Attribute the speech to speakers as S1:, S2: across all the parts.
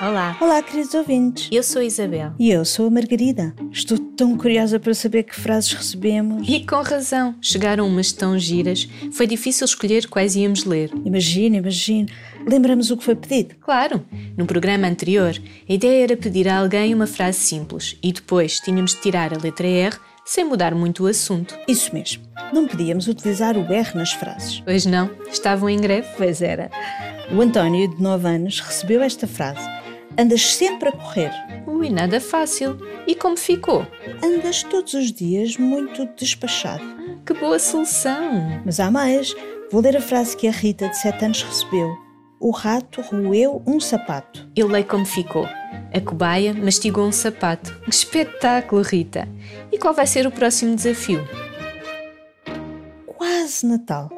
S1: Olá,
S2: Olá, queridos ouvintes.
S1: eu sou a Isabel.
S2: E eu sou a Margarida. Estou tão curiosa para saber que frases recebemos.
S1: E com razão. Chegaram umas tão giras, foi difícil escolher quais íamos ler.
S2: Imagina, imagina. Lembramos o que foi pedido.
S1: Claro, no programa anterior, a ideia era pedir a alguém uma frase simples e depois tínhamos de tirar a letra R sem mudar muito o assunto.
S2: Isso mesmo. Não podíamos utilizar o R nas frases.
S1: Pois não, estavam em greve.
S2: Pois era. O António, de 9 anos, recebeu esta frase: Andas sempre a correr.
S1: Ui, nada fácil. E como ficou?
S2: Andas todos os dias muito despachado.
S1: Que boa solução!
S2: Mas há mais. Vou ler a frase que a Rita, de 7 anos, recebeu: O rato roeu um sapato.
S1: Eu leio como ficou. A cobaia mastigou um sapato. Que espetáculo, Rita! E qual vai ser o próximo desafio?
S2: quase Natal.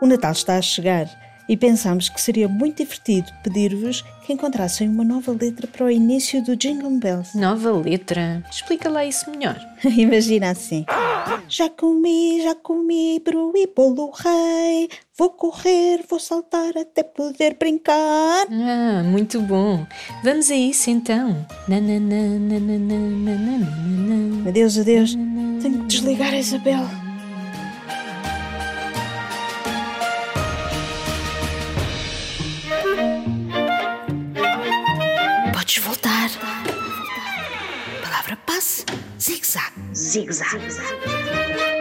S2: O Natal está a chegar e pensámos que seria muito divertido pedir-vos que encontrassem uma nova letra para o início do Jingle Bells.
S1: Nova letra. Explica lá isso melhor.
S2: Imagina assim: Já comi, já comi peru e bolo rei. Vou correr, vou saltar até poder brincar.
S1: Ah, muito bom. Vamos a isso então. Nananã, nananã, nananã.
S2: Adeus, adeus. Tenho que desligar a Isabel.
S3: Podes voltar. Palavra passe, zig-zag. Zig-zag.